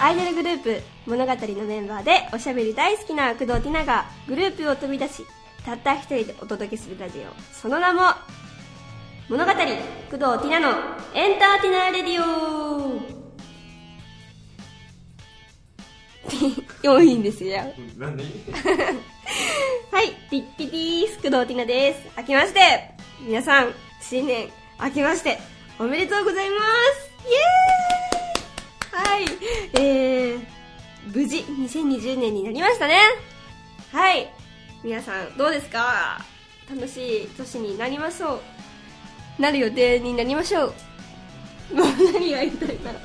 アイドルグループ物語のメンバーでおしゃべり大好きな工藤ティナがグループを飛び出したった一人でお届けするラジオその名も物語工藤ティナのエンターティナーレディオ 良いんですよ何はい、ピッピピース、工藤ティナです。明けまして、皆さん、新年、明けまして、おめでとうございますイエーイはい、えー、無事、2020年になりましたね。はい、皆さん、どうですか楽しい年になりましょう。なる予定になりましょう。もう何が言いたいんだろう。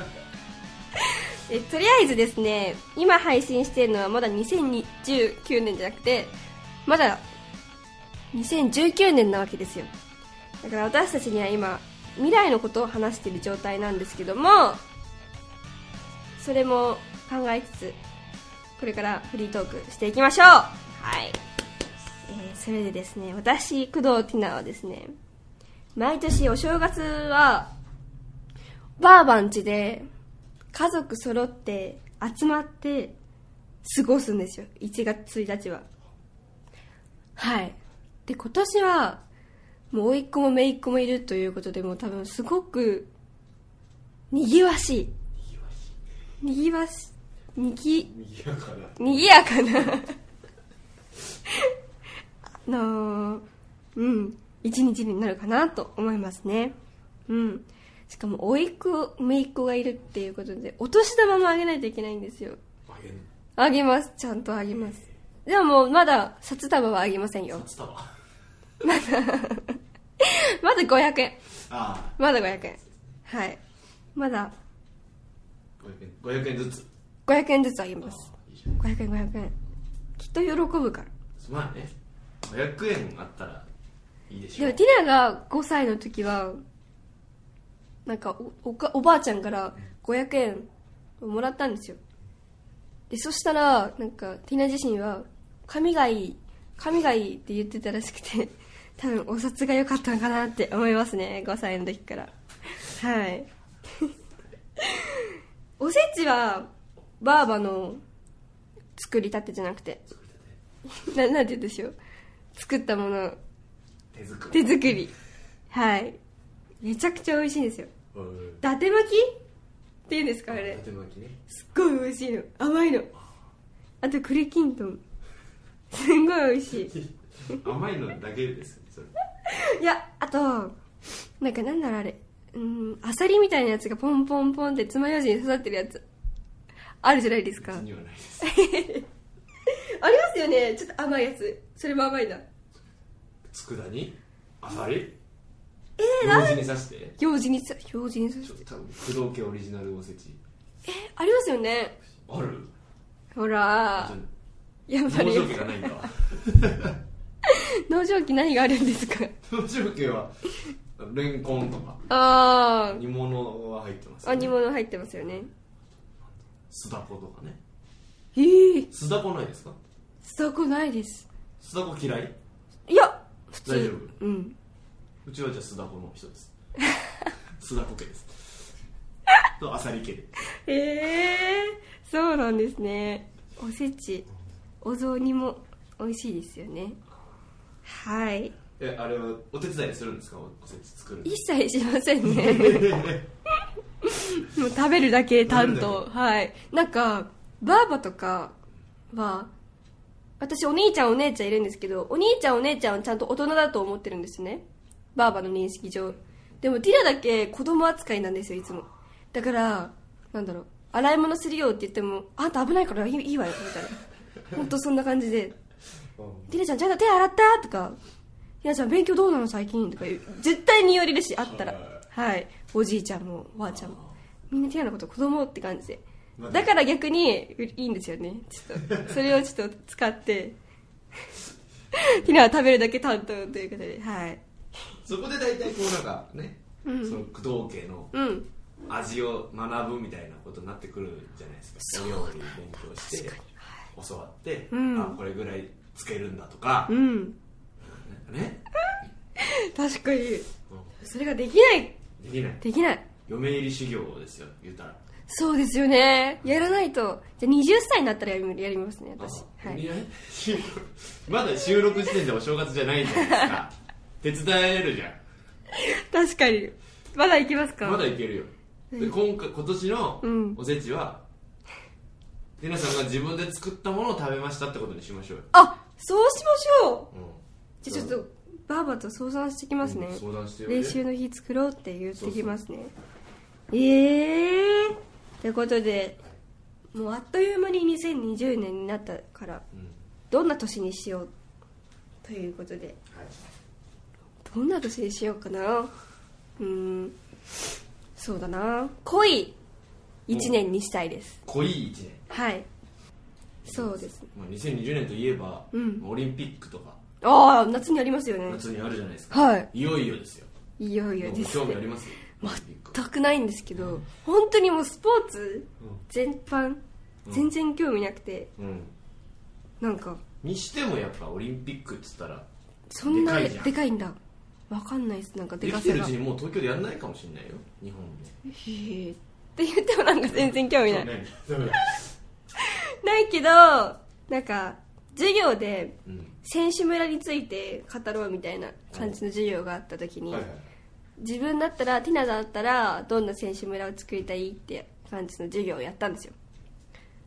えとりあえずですね今配信してるのはまだ2019年じゃなくてまだ2019年なわけですよだから私たちには今未来のことを話している状態なんですけどもそれも考えつつこれからフリートークしていきましょうはい、えーそれでですね私工藤ティナはですね毎年お正月はばあばん家で家族揃って集まって過ごすんですよ1月1日ははいで今年はもう甥っ子も姪っ子もいるということでもう多分すごくにぎわしいにぎわしにぎ右やからにぎやかな あのーうん一日になるかなと思いますねうんしかも甥いっ子姪っ子がいるっていうことでお年玉もあげないといけないんですよあげんのあげますちゃんとあげますでももうまだ札束はあげませんよつたわ まだ500円あまだ500円はいまだあ500円500円ずつ500円ずつあげあますいいじゃん500円500円きっと喜ぶからすまんね500円あったらいいでしでょもティナが5歳の時はなんかおおかおばあちゃんから500円をもらったんですよでそしたらなんかティナ自身は髪がいい髪がいいって言ってたらしくて多分お札が良かったのかなって思いますね5歳の時からはい おせちはばあばの作りたてじゃなくてななんて言うんでしょう作ったもの手作り手作りはいめちゃくちゃ美味しいんですようん伊達巻きっていうんですかあれ縦巻きねすっごい美味しいの甘いのあと栗きんとんすんごい美味し 甘いのだけですよそれいいやあとなんかなんだろうあれうんアサリみたいなやつがポンポンポンって爪楊枝に刺さってるやつあるじゃないですか うあちりにはないですますよねちょっと甘いやつそれも甘いな佃煮あさりえー、な同時に刺して楊枝に刺楊枝に刺ちしょってと多分工藤家オリジナルおせちえありますよねあるほらあやっぱ農り場家がないんだわ農場期何があるんですか農場家はレンコンとかあ煮物は入ってますあよあ煮ね物入ってますよね酢だことかねええ酢だこないですかスタコないです酢だこ嫌いいや普通大丈うんうちはじゃあ酢だこの人 です酢だこ家ですとあさり家でええそうなんですねおせちお雑煮も美味しいですよねはいえあれはお手伝いするんですかおおせち作るの一切しませ んねもう食べるだけ担当食べるだはいなんかばあばとかは私お兄ちゃんお姉ちゃんいるんですけどお兄ちゃんお姉ちゃんはちゃんと大人だと思ってるんですねばあばの認識上でもティラだけ子供扱いなんですよいつもだからなんだろう洗い物するよって言ってもあんた危ないからいいいいわよみたいな本当そんな感じでうんティナちゃんちゃんと手洗ったとか、ティナちゃん勉強どうなの最近とか言う絶対に寄りるし、あったらはい。はい。おじいちゃんも、おばあちゃんも。みんなティナのこと子供って感じでまあ。だから逆に、ういいんですよね。ちょっと、それをちょっと使って、ティナは食べるだけ担当ということで、はい。そこで大体こうなんかね、その工藤家のうん。味を学ぶみたいなことになってくるじゃないですかお料理勉強して教わって、うんあこれぐらいつけるんだとかう、ん。ね確かに。うそれができない。んできないできない。嫁入り修行ですよ言うたらそうですよねやらないとじゃあ20歳になったらやりやりますね私あはいいや 収録まだ収録時点でお正月じゃないじゃないで すか手伝えるじゃ確かにまだ行きますかんまだいけるよで今回今年のうんおせちは、ティナさんが自分で作ったものを食べましたってことにしましょうよ、あそうしましょうんうじゃあちょっとばあばと相談してきますね、うん相談してよね練習の日作ろうって言ってきますねええー、ってことでもうあっという間に2020年になったからうんどんな年にしようということではいどんな年にしようかなうーんそうだな濃い1年にしたいです濃い1年はいそうですねまあ、2020年といえば、うんオリンピックとかああ夏にありますよね夏にあるじゃないですか、、はいよいよですよいいよいよです興味ありますオリンピック全くないんですけど本当にもうスポーツ全般うん全然興味なくてうん、うんなんかにしてもやっぱオリンピックっつったらそんなでかいじゃんでかいんだわかんないですなんかででかきさてるうがちへにもう東京でやんないかもしれないよ日本でえって言ってもなんか全然興味ないそうねないけどなんか授業でうん選手村について語ろうみたいな感じの授業があった時に、はいはい自分だったらティナだったらどんな選手村を作りたいって感じの授業をやったんですよ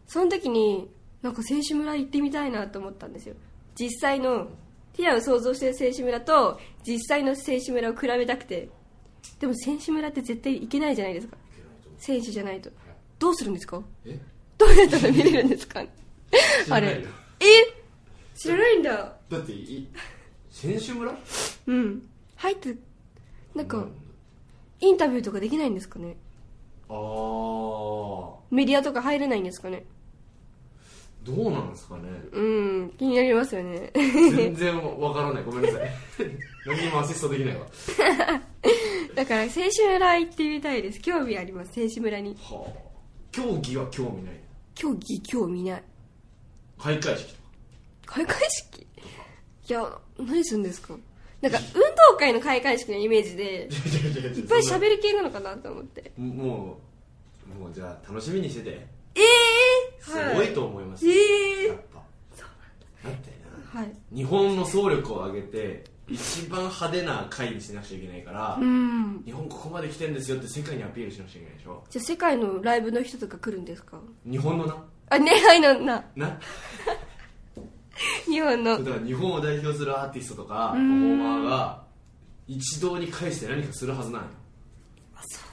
その時になんか選手村行ってみたいなと思ったんですよ実際のティナの想像してる選手村と実際の選手村を比べたくてでも選手村って絶対行けないじゃないですかいけないと思う選手じゃないとどうするんですかえどうやったら見れるんですか知あらないよれえ知らないんだだってい選手村うん入ってなんうかんインタビューとかできないんですかねああどメディアとか入れないんですかねうなんですか ねうん気になりますよね全然わからないごめんなさい 何にもアシストできないわ だから選手村行ってみたいです興味あります選手村にはあ競技は興味ない競技興味ない開会式とか開会式いや何するんですかなんか運動会の開会式のイメージでいいっぱい喋る系なのかなと思ってもうもうじゃあ楽しみにしててえすえー、ごいと思います、ええやっぱだってなはい日本の総力を挙げて一番派手な会にしなくちゃいけないから、うん日本ここまで来てんですよって世界にアピールしなくちゃいけないでしょじゃあ世界のライブの人とか来るんですか日本のなあ恋愛のなな日本 だのから日本を代表するアーティストとかパフォんーマーが一堂に会して何かするはずなんよ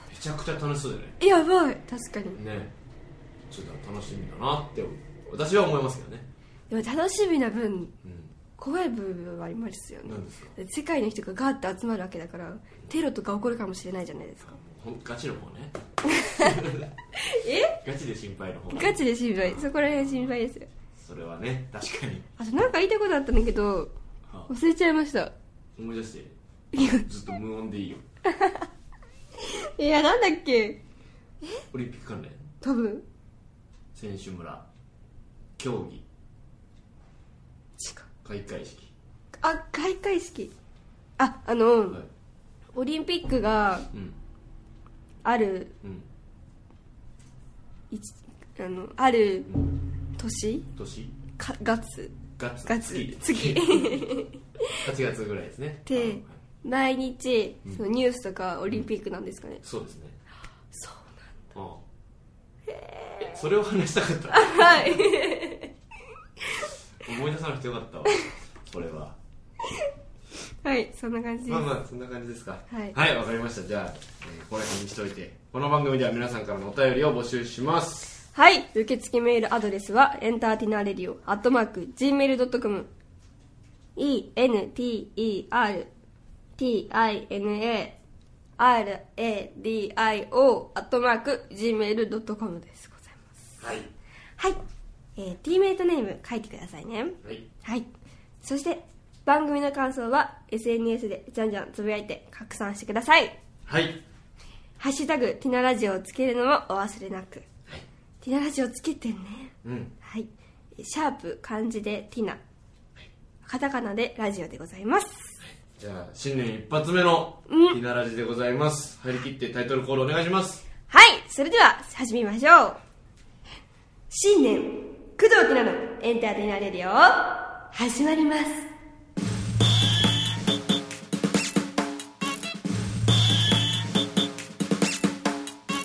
めちゃくちゃ楽しそうじゃないやばい確かにねちょっと楽しみだなって私は思いますけどねでも楽しみな分う怖い部分はありますよんね何ですか世界の人がガーッて集まるわけだからテロとか起こるかもしれないじゃないですかほんガチの方ね えガチで心配の方ガチで心配そこら辺心配ですよそれはね確かにあとなんか言いたいことあったんだけどはあ忘れちゃいました思い出してずっと無音でいいよいやなんだっけオリンピック関連多分選手村競技開会式あ開会式ああの、はいオリンピックがうんあるうんいちあのあるうん年年か月月月月月8月ぐらいですねではい 毎日うんそのニュースとかオリンピックなんですかね、そうですねそうあえそれを話したかったはい思い出さなくてよかったわこれははいそんな感じです、まあまあそんな感じですかはいわかりましたじゃあ、えーこの辺にしといてこの番組では皆さんからのお便りを募集しますはい受付メールアドレスはエンターティナーレディオアットマーク Gmail.com entertinaradio アットマーク Gmail.com ですございますはいはい、えー、ティーメイトネーム書いてくださいねはいはいそして番組の感想は SNS でじゃんじゃんつぶやいて拡散してくださいはいハッシュタグティナラジオをつけるのもお忘れなく、ティナラジオつけてねうんはいシャープ漢字でティナカタカナでラジオでございますじゃあ新年一発目のうんひならじでございます張り切ってタイトルコールお願いしますはいそれでは始めましょう新年工藤ティナのエンターテイナーレディオ始まります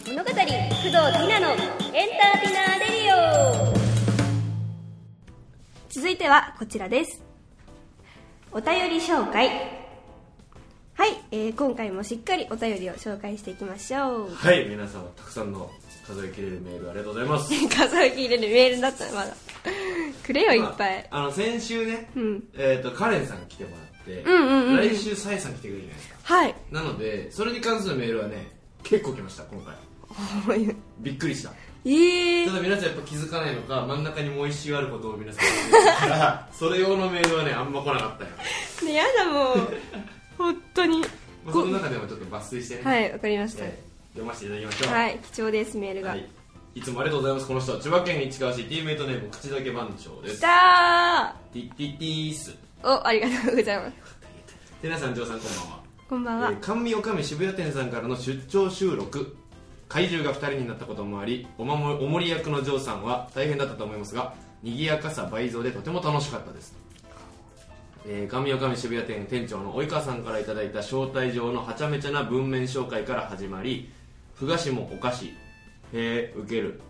物語工藤ティナのエンターテイナーレディオ続いてはこちらですお便り紹介はい、えー今回もしっかりお便りを紹介していきましょうはい皆様たくさんの数えきれるメールありがとうございます 数え切れるメールだったらまだくれよいっぱい、まああの先週ね、うんえっとカレンさん来てもらって、うんうんうん来週サイさん来てくれるじゃないですかはいなのでそれに関するメールはね結構来ました今回びっくりした ええただ皆さんやっぱ気づかないのか真ん中にもう一周あることを皆さん忘れてるから それ用のメールはねあんま来なかったよ、ねやだもう本当にまあ、その中でもちょっと抜粋してね、はいわかりました、えー読ませていただきましょうはい貴重ですメールが、はいいつもありがとうございますこの人は千葉県市川市ティーメイトネーム口だけ番長できすたティッティッティースーおありがとうございます皆さん嬢さんこんばんはこんばえんは、ー甘味おかみ渋谷店さんからの出張収録怪獣が2人になったこともありおまもおもり役のジョーさんは大変だったと思いますが賑やかさ倍増でとても楽しかったです、えー、甘味おかみ渋谷店店長の及川さんからいただいた招待状のはちゃめちゃな文面紹介から始まりふ菓子もお菓子へえウケる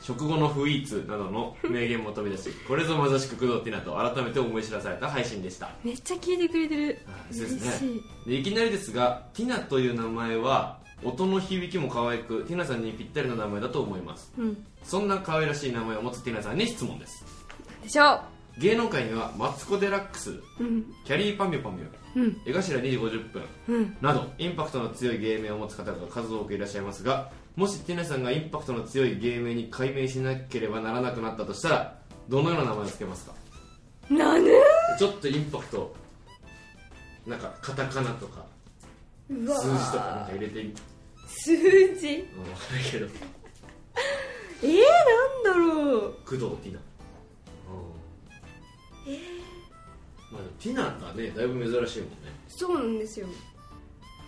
食後の不イーツなどの名言も飛び出しこれぞまさしく工藤ティナと改めて思い知らされた配信でしためっちゃ聞いてくれてるはいそう嬉でしいすねでいきなりですがティナという名前は音の響きも可愛くティナさんにぴったりの名前だと思いますうんそんな可愛らしい名前を持つティナさんに質問ですでしょ芸能界にはマツコ・デラックスううんキャリーパミュパミうュん江頭2時50分うんなどインパクトの強い芸名を持つ方が数多くいらっしゃいますがもしティナさんがインパクトの強い芸名に改名しなければならなくなったとしたらどのような名前を付けますかなぬちょっとインパクトなんかカタカナとかうわ数ー字とかなんか入れてみ数字うんわかんないけどえー、なんだろう工藤ティナうんまあでもティナがねだいぶ珍しいもんねそうなんですよ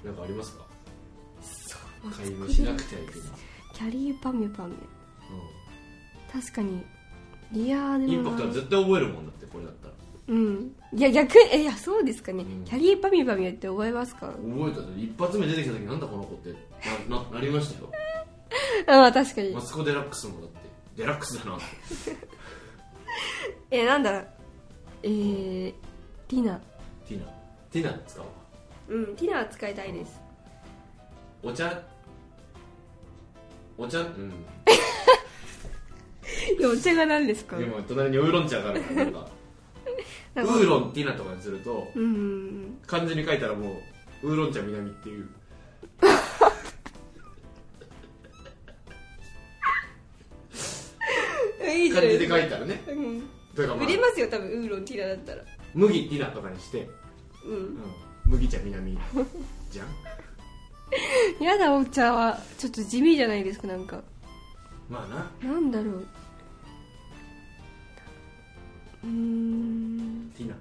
なんかありますかそう解明しなくてはいけない、キャリーパミュパミュう確かにリアん、でイもンなパクトは絶対覚えるもんだってこれだったらうんいや逆えいやそうですかね、うんキャリーパミュパミュって覚えますか 覚えたで一発目出てきた時なんだこの子ってなななりましたよああ確かにマツコ・デラックスもだってデラックスだなってえなんだろうえー、ティナティナティナ使おううんティナは使いたいですお茶お茶うん いやお茶が何ですかでも隣にウーロン茶があるから なんかウなんかーロンティナとかにするとうんうんうん漢字に書いたらもうウーロン茶南っていうえいいじゃないでか漢字です書いたらねうんというかま売あれますよ多分ウーロンティナだったら麦ティナとかにして、ううんん、麦茶南じゃんやだお茶はちょっと地味じゃないですかなんかまあななんだろううーんティナ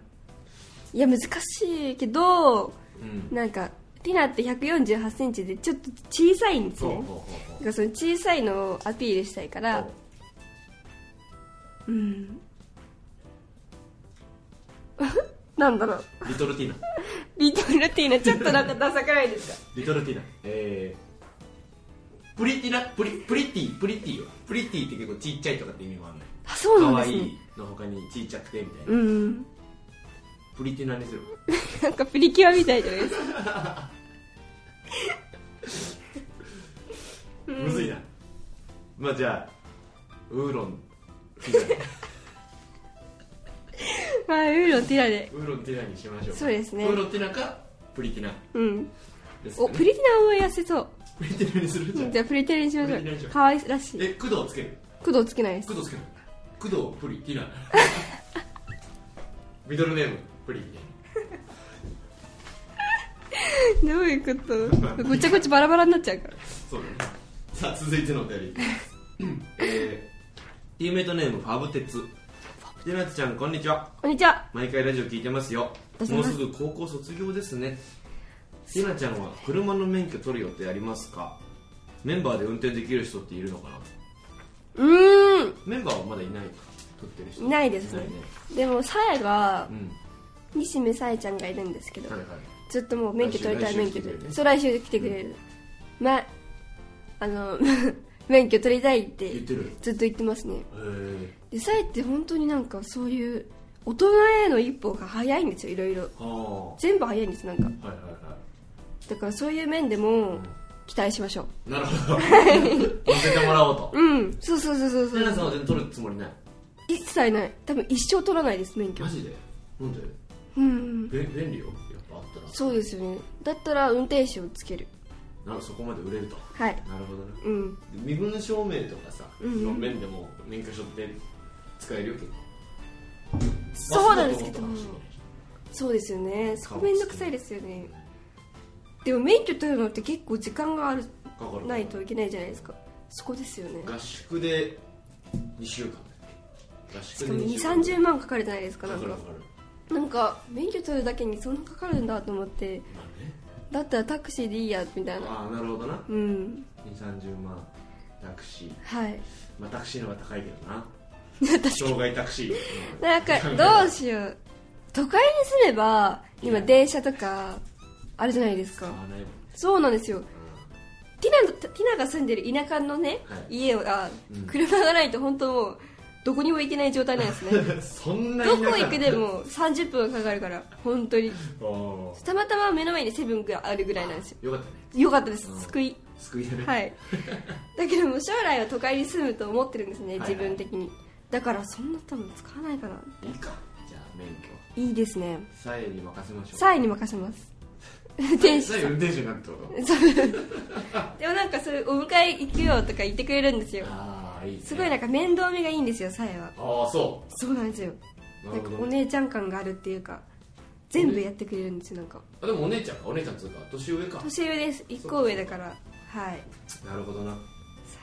いや難しいけどうんなんかティナって1 4 8ンチでちょっと小さいんですそうほうねほうなんかその小さいのをアピールしたいからほうん なんだろううリトルティナリトルティーナちょっとなんかダサくないですかリトルティナえー、プリティナプリプリティプリティはプリティって結構ちっちゃいとかって意味もあんない あそうかなんわですいねいの他にちっちゃくてみたいな、うんプリティナにするなんかプリキュアみたいじゃないですかむずいなまあじゃあウーロンティナま あウーロンティーナでウーロンティナにしましょうそうですねウーロンティナかプリティナうんですかおねプリティーナ覚えやすそう プリティナにするじゃんじゃあプリティーナにしましょプリティーナにうしましょうかわいらしいえ工藤つける工藤つけないです工藤つける工藤プリティナミドルネームプリみたい どういうことごちゃごちゃバラバラになっちゃうからなそうだねさあ続いての お便りえー、ティーメイトネームファブテツテナツちゃんこんにちはこんにちは毎回ラジオ聞いてますよどうぞもうすぐ高校卒業ですねティナちゃんは車の免許取る予定ありますかメンバーで運転できる人っているのかなうーんメンバーはまだいないか撮ってる人いないですねいないでもさやがうん西目さえちゃんがいるんですけど、はいはいずっともう免許取りたい来免許週来週来て取りたくれるねいそう来週来てくれる、まああの 免許取りたいって言ってるへずっと言ってますねえでさえって本当になんかそういう大人への一歩が早いんですよいろいろああはい全部早いんですなんかはいはだからそういう面でも期待しましょいなる ほど乗せてもらおうとううんそうそうそうそうセナさそんうは全然撮るつもりない一切ない多分一生取らないです免許マジでなんでうんべ便利よやっぱあったらそうですよねだったら運転手をつけるなるそこまで売れるとはいなるほどねうん身分証明とかさ、うんの面でも免許証って使えるよ結構そうなんですけどパスポートとかもそうですよねそこめんどくさいですよねでも免許取るのって結構時間があるかかるからないといけないじゃないですかそこですよね合宿で2週間合し宿かもで2二週間3 0万かかるじゃないですかかなかんるかかかるなんか免許取るだけにそんなかかるんだと思ってまあねだったらタクシーでいいやみたいなああなるほどなうん2 3 0万タクシーはいまあタクシーの方が高いけどな 確かに障害タクシーなんかどうしよう都会に住めば今電車とかあるじゃないです使わかないもんそうなんですよティナのティナが住んでる田舎のね、は家はうん車がないと本当もうどこにも行けない状態なん ですねうんそんなどこ行くでも30分はかかるから本当にもたまたま目の前にセブンがあるぐらいなんですよよかったねよかったですうん救い救いだねはいだけどもう将来は都会に住むと思ってるんですねはいはい自分的にだからそんな多分使わないかないいかじゃあ免許いいですねサイに任せましょうサイに任せます 天使サイ運転手になるってことそう でもなんかそういうお迎え行くよとか言ってくれるんですよああいいねすごいなんか面倒見がいいんですよサイはああそそうなんですようなんるかほどお姉ちゃん感があるっていうか全部やってくれるんですよなんかあでもお姉ちゃんかお姉ちゃんつうか年上か年上です一個上だからはいなるほどなサ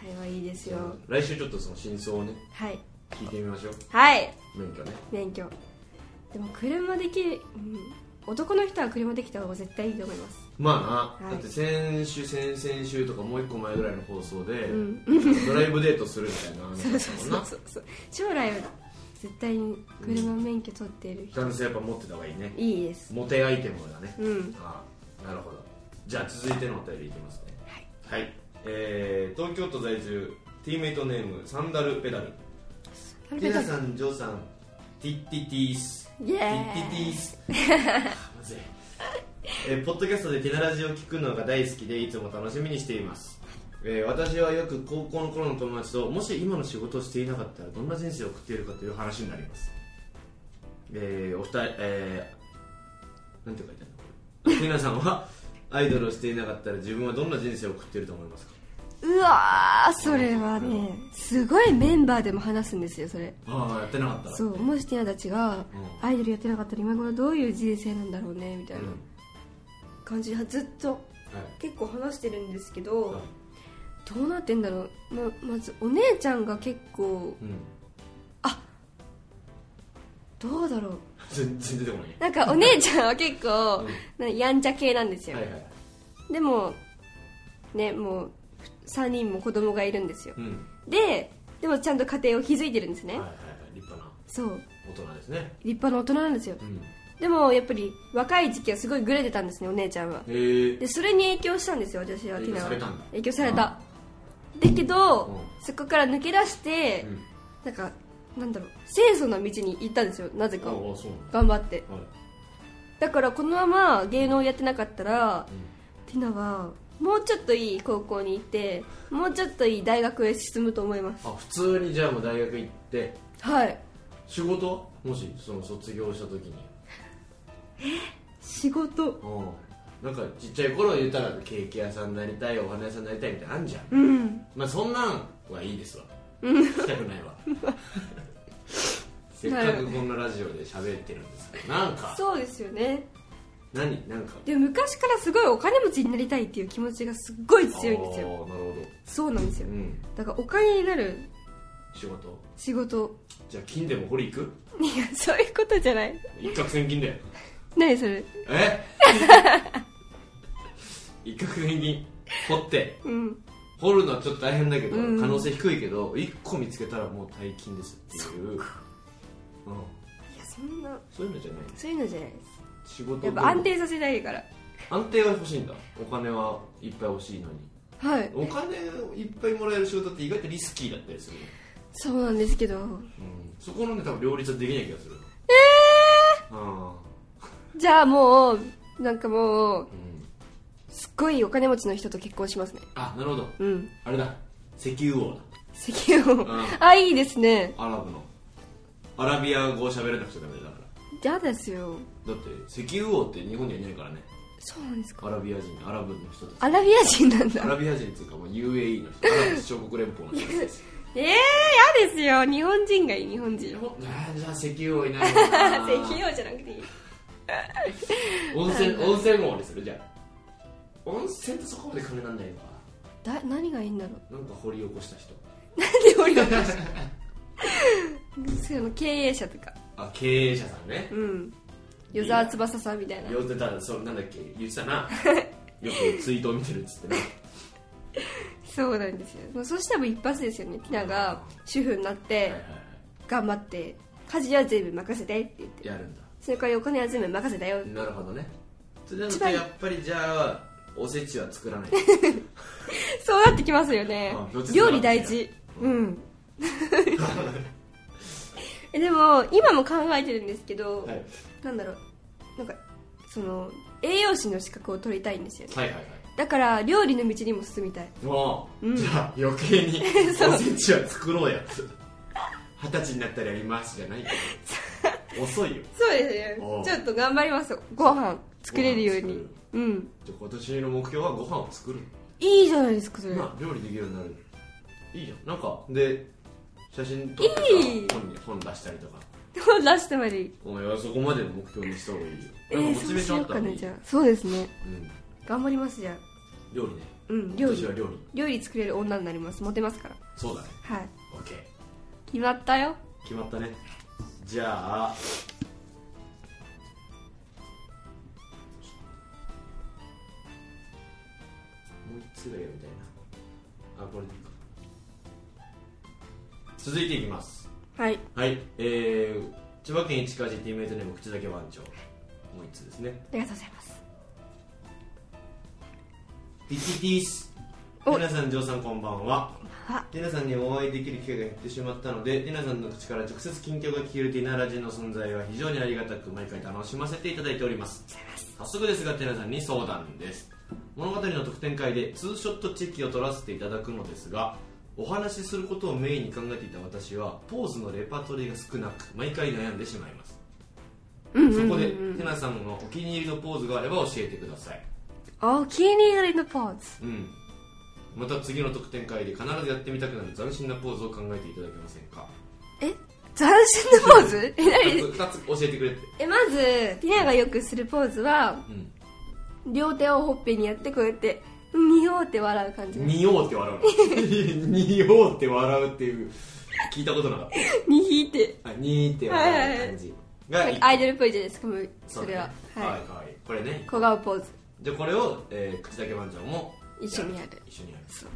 イはいいですよ来週ちょっとその真相をねはい聞いてみましょうはい免許ね免許でも車できる、うん、男の人は車できた方が絶対いいと思いますまあな、はいだって先週先々週とかもう一個前ぐらいの放送で、んドライブデートするみたいな話そうだ っそうたそうもんなそうそう将来は絶対に車免許取っている人、男性やっぱ持ってた方がいいねいいですモテアイテムだね、うんああなるほどじゃあ続いてのお便りいきますねはいはいえー、東京都在住ティーメイトネームサンダルペダルなテるィべナくさんジョーさんティッティティースイエティーッイティティースあ まずいえーポッドキャストでティナラジを聞くのが大好きでいつも楽しみにしています、えー私はよく高校の頃の友達ともし今の仕事をしていなかったらどんな人生を送っているかという話になりますえーお二人えーなんて書いてあるのティナさんはアイドルをしていなかったら自分はどんな人生を送っていると思いますかうわーそれはねすごいメンバーでも話すんですよそれああやってなかったらそうもしティナたちがうんアイドルやってなかったら今頃どういう人生なんだろうねみたいなうん感じでずっとはい結構話してるんですけはどいどうなってんだろうままずお姉ちゃんが結構うんどうだろう全然出てこないなんかお姉ちゃんは結構うんなやんちゃ系なんですよ、はいはいでもねもう3人も子供がいるんですようんででもちゃんと家庭を築いてるんですはね、いはいはい立派なそう大人ですね立派な大人なんですようんでもやっぱり若い時期はすごいグレてたんですねお姉ちゃんはへえでそれに影響したんですよ私はティナは影響されたんだ影響されただけど、うんそこから抜け出して、うんなんかなんだろう清楚な道に行ったんですよなぜあかあそうなんだ頑張ってはいだからこのまま芸能やってなかったら、ティナはもうちょっといい高校に行ってもうちょっといい大学へ進むと思いますあ普通にじゃあもう大学行ってはい仕事もしその卒業した時に仕事うんなんかちっちゃい頃言ったらケーキ屋さんになりたいお花屋さんになりたいみたいなのあんじゃんうんまあそんなんはいいですわ聞きたくないわ せっかくこんなラジオで喋ってるんですけどなんかそうですよね何なんかでも昔からすごいお金持ちになりたいっていう気持ちがすっごい強いんですよああなるほそうなんですどようんだからお金になる仕事仕事じゃあ金でも掘り行くいやそういうことじゃない一攫千金だよ何それ え一攫千金掘ってうん掘るのはちょっと大変だけど、うん可能性低いけど1個見つけたらもう大金ですっていうう、ん、いやそんなそういうのじゃないそういうのじゃないです仕事やっぱ安定させたいから安定が欲しいんだお金はいっぱい欲しいのにはいお金をいっぱいもらえる仕事って意外とリスキーだったりするね、そうなんですけどうん、そこのね多分両立はできない気がするええー、じゃあもうなんかもううんすっごいお金持ちの人と結婚しますねあなるほどうんあれだ石油王だ石油うんをあいいですねアラブのアラビア語を喋れなくちゃダメだよだか嫌ですよらだって石油王って日本にはいないからねそうなんですかアラビア人アラブの人たちアラビア人なんだアラビア人っていうかもう UAE の人アラブ首長国連邦の人ですええー、嫌ですよ日本人がいい日本人石日本あーじゃあ石油王いないのか な油王じゃなくていい温泉温泉王にするじゃあ温泉ってそこまで金なんないのかだ何がいいんだろうなんか掘り起こした人なんで俺がその経営者とかあ経営者さんねうん与沢翼さんみたいな呼んでたらそれなんだっけ言ってたなよくツイートを見てるっつってねそうなんですよもうそしたらもう一発ですよねティナが主婦になっはいてはいは頑張って家事は全部任せてって言っていやるんだそれからお金は全部任せたよなるほどねそれだ一と番いいやっぱりじゃあおせちは作らないそうなってきますよねあどっちでも料理大事 うんえでも今も考えてるんですけど、はいなんだろうなんかその栄養士の資格を取りたいんですよねはいはいはいだから料理の道にも進みたいもう、うんじゃあ余計 にそうおせちは作ろうや二十歳になったらやりますじゃないよ 遅いよそうですおねうちょっと頑張りますご飯作れるようごに飯作うんじゃあ今年の目標はご飯を作るいいじゃないですかそれ、 まあ料理できるようになるいいじゃんなんかで写真撮ってさいい本に本出したりとかどう出してまでいいお前はそこまでの目標にした方がいいよえなんー、かモそチうベーしションよあうったらかいないじよゃあそうですねうん頑張りますじゃあ料理ねうん料今年理は料理料理作れる女になりますモテますからそうだねはいオッケー決まったよ決まったねじゃあもう一つぐらいみたいなあこれでいいか続いていきますはいはいえー、千葉県市川市ティーメイトネーム口だけ番長もう一つですねありがとうございますピキティスお皆さんジョーさんこんばんはあティナさんにお会いできる機会が減ってしまったのでティナさんの口から直接近況が聞けるティナラジの存在は非常にありがたく毎回楽しませていただいております早速ですがティナさんに相談です物語の特典会でツーショットチェキを取らせていただくのですがお話しすることをメインに考えていた私はポーズのレパートリーが少なく毎回悩んでしまいますうんうんそうんこでティナさんのお気に入りのポーズがあれば教えてくださいお気に入りのポーズうん、また次の特典会で必ずやってみたくなる斬新なポーズを考えていただけませんかえ斬新なポーズ え何2つ教えてくれって、えまずティナがよくするポーズはうん、両手をほっぺにやってこうやってにおうって笑う感じにおうって笑うの におうって笑うっていう聞いたことなかっに引いてたあにーって笑う感じがないんいかアイドルっぽいじゃないですかもうそそうだねれははいははいこれねい小顔ポーズじゃあこれを、えー、口だけ番長も一緒にやる一緒にやるそう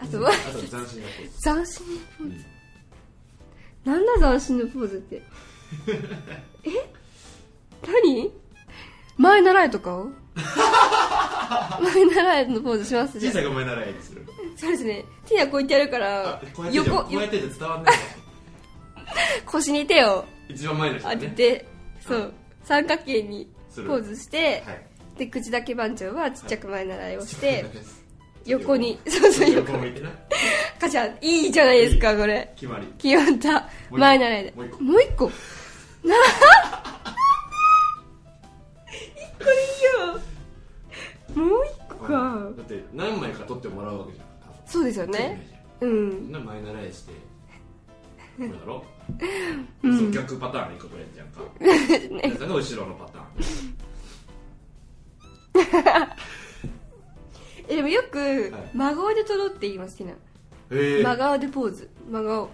あとはあと斬新なポー斬新ズなポうーんズなんだ斬新なポーズって え何前習いと かを前習いのポーズしますじゃ小あさいが前ならいいでするそうですねティナこうやってやるからあこうやってじゃ横こうやってじゃ伝わんない腰に手を一番前の人当てねて、そう三角形にすポるーズして、はいで口だけ番長はちっちゃく前習いをして、横横にそうそう横横向いてなカチャンいいじゃないですかこれ決まり決まった個前習いでもう一個もう一個な1個でいいよもう一個かだって何枚か取ってもらうわけじゃん多分そうですよ取ってねないじゃんうんみんな前習いしてこれだろ、んそう逆パターン一個くれんじゃん か皆さんが後ろのパタえでもよくはい真顔で撮ろうって言いますティナーンえ真ー、顔でポーズ真顔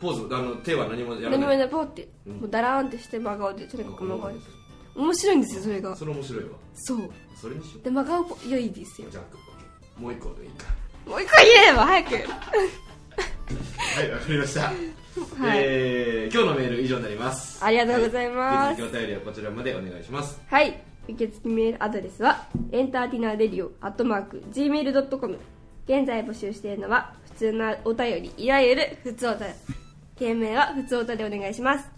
ポーズあの手は何もやら何もないやらないポーって、うんもうダラーンってして真顔でとにかく真顔であ面白いんですよそれがそれ面白いわそうそれにしよで真顔ぽ良いですよ うジャックオッケーもう一個でいいかもう一回言えば早くはいわかりました、はい、えー今日のメール以上になりますありがとうございますはいぜひお便りはこちらまでお願いしますはい受付メールアドレスはエンターティナーレディオアットマーク Gmail.com 現在募集しているのは普通のお便りいわゆる普通おた件名は普通おたでお願いします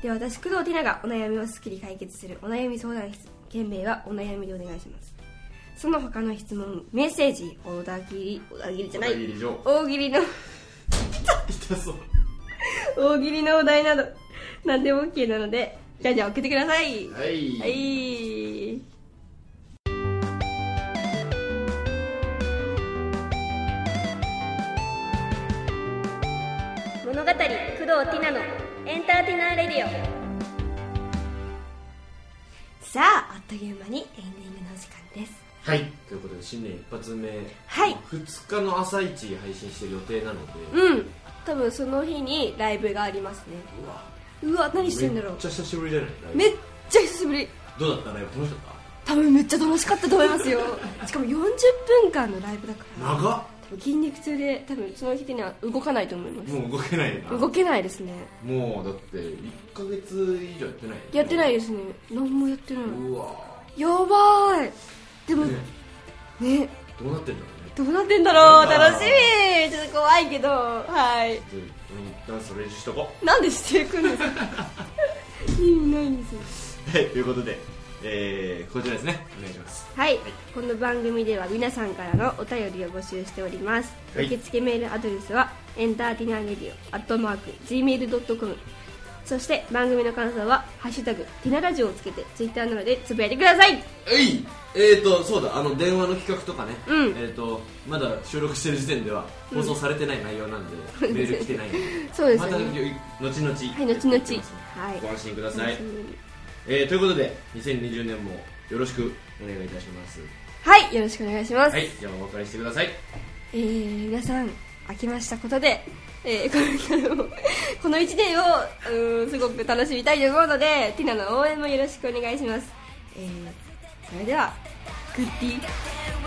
では私工藤ティナがお悩みをすっきり解決するお悩み相談室件名はお悩みでお願いしますその他の質問メッセージオーダー切りオーダー切りじゃないお便り以上大喜利の痛そう大喜利のお題など何でも OK なのでじゃんじゃん送ってくださいはい、はい物語工藤ティナのエンターテイナーレディオさああっという間にエンディングのお時間ですはい、ということで新年一発目はい2日の朝一配信してる予定なので、うん多分その日にライブがありますねうわうわ何してんだろめうっちゃ久しぶりじゃないめっちゃ久しぶりどうだったライブ楽しか多分めっちゃ楽しかったと思います よしかも40分間のライブだかったら長っ多分筋肉痛で多分その日には動かないと思いますもう動けないな動けないですねもうだって1ヶ月以上やってないやってないよですね何もやってないうわやばーいでもねねどうなってんだろうねどうなってんだろうやだ楽しみちょっと怖いけどはいちょっと俺もダンス練習しとこなんでしていくんですか 意味ないんですようはいということで、えー、こちらですねお願いしますはい、この番組では皆さんからのお便りを募集しております、はい受付メールアドレスはエンターティナーレディオアットマーク Gmail.com そして番組の感想は「ハッシュタグティナラジオ」をつけてツイッターなどでつぶやいてくださいはいえーとそうだあの電話の企画とかね、うんえー、とまだ収録してる時点では放送されてない内容なん で、メール来てないんでそうですよねまた後々はい後々はいご安心ください、はえー、ということで2020年もよろしくお願いいたしますいよろしくお願いします、はいじゃあお別れしてくださいえー、皆さん明けましたことで、えー、これからもこの1年をうーんすごく楽しみたいと思うのでティナの応援もよろしくお願いします、えー、それではグッディ「わたしは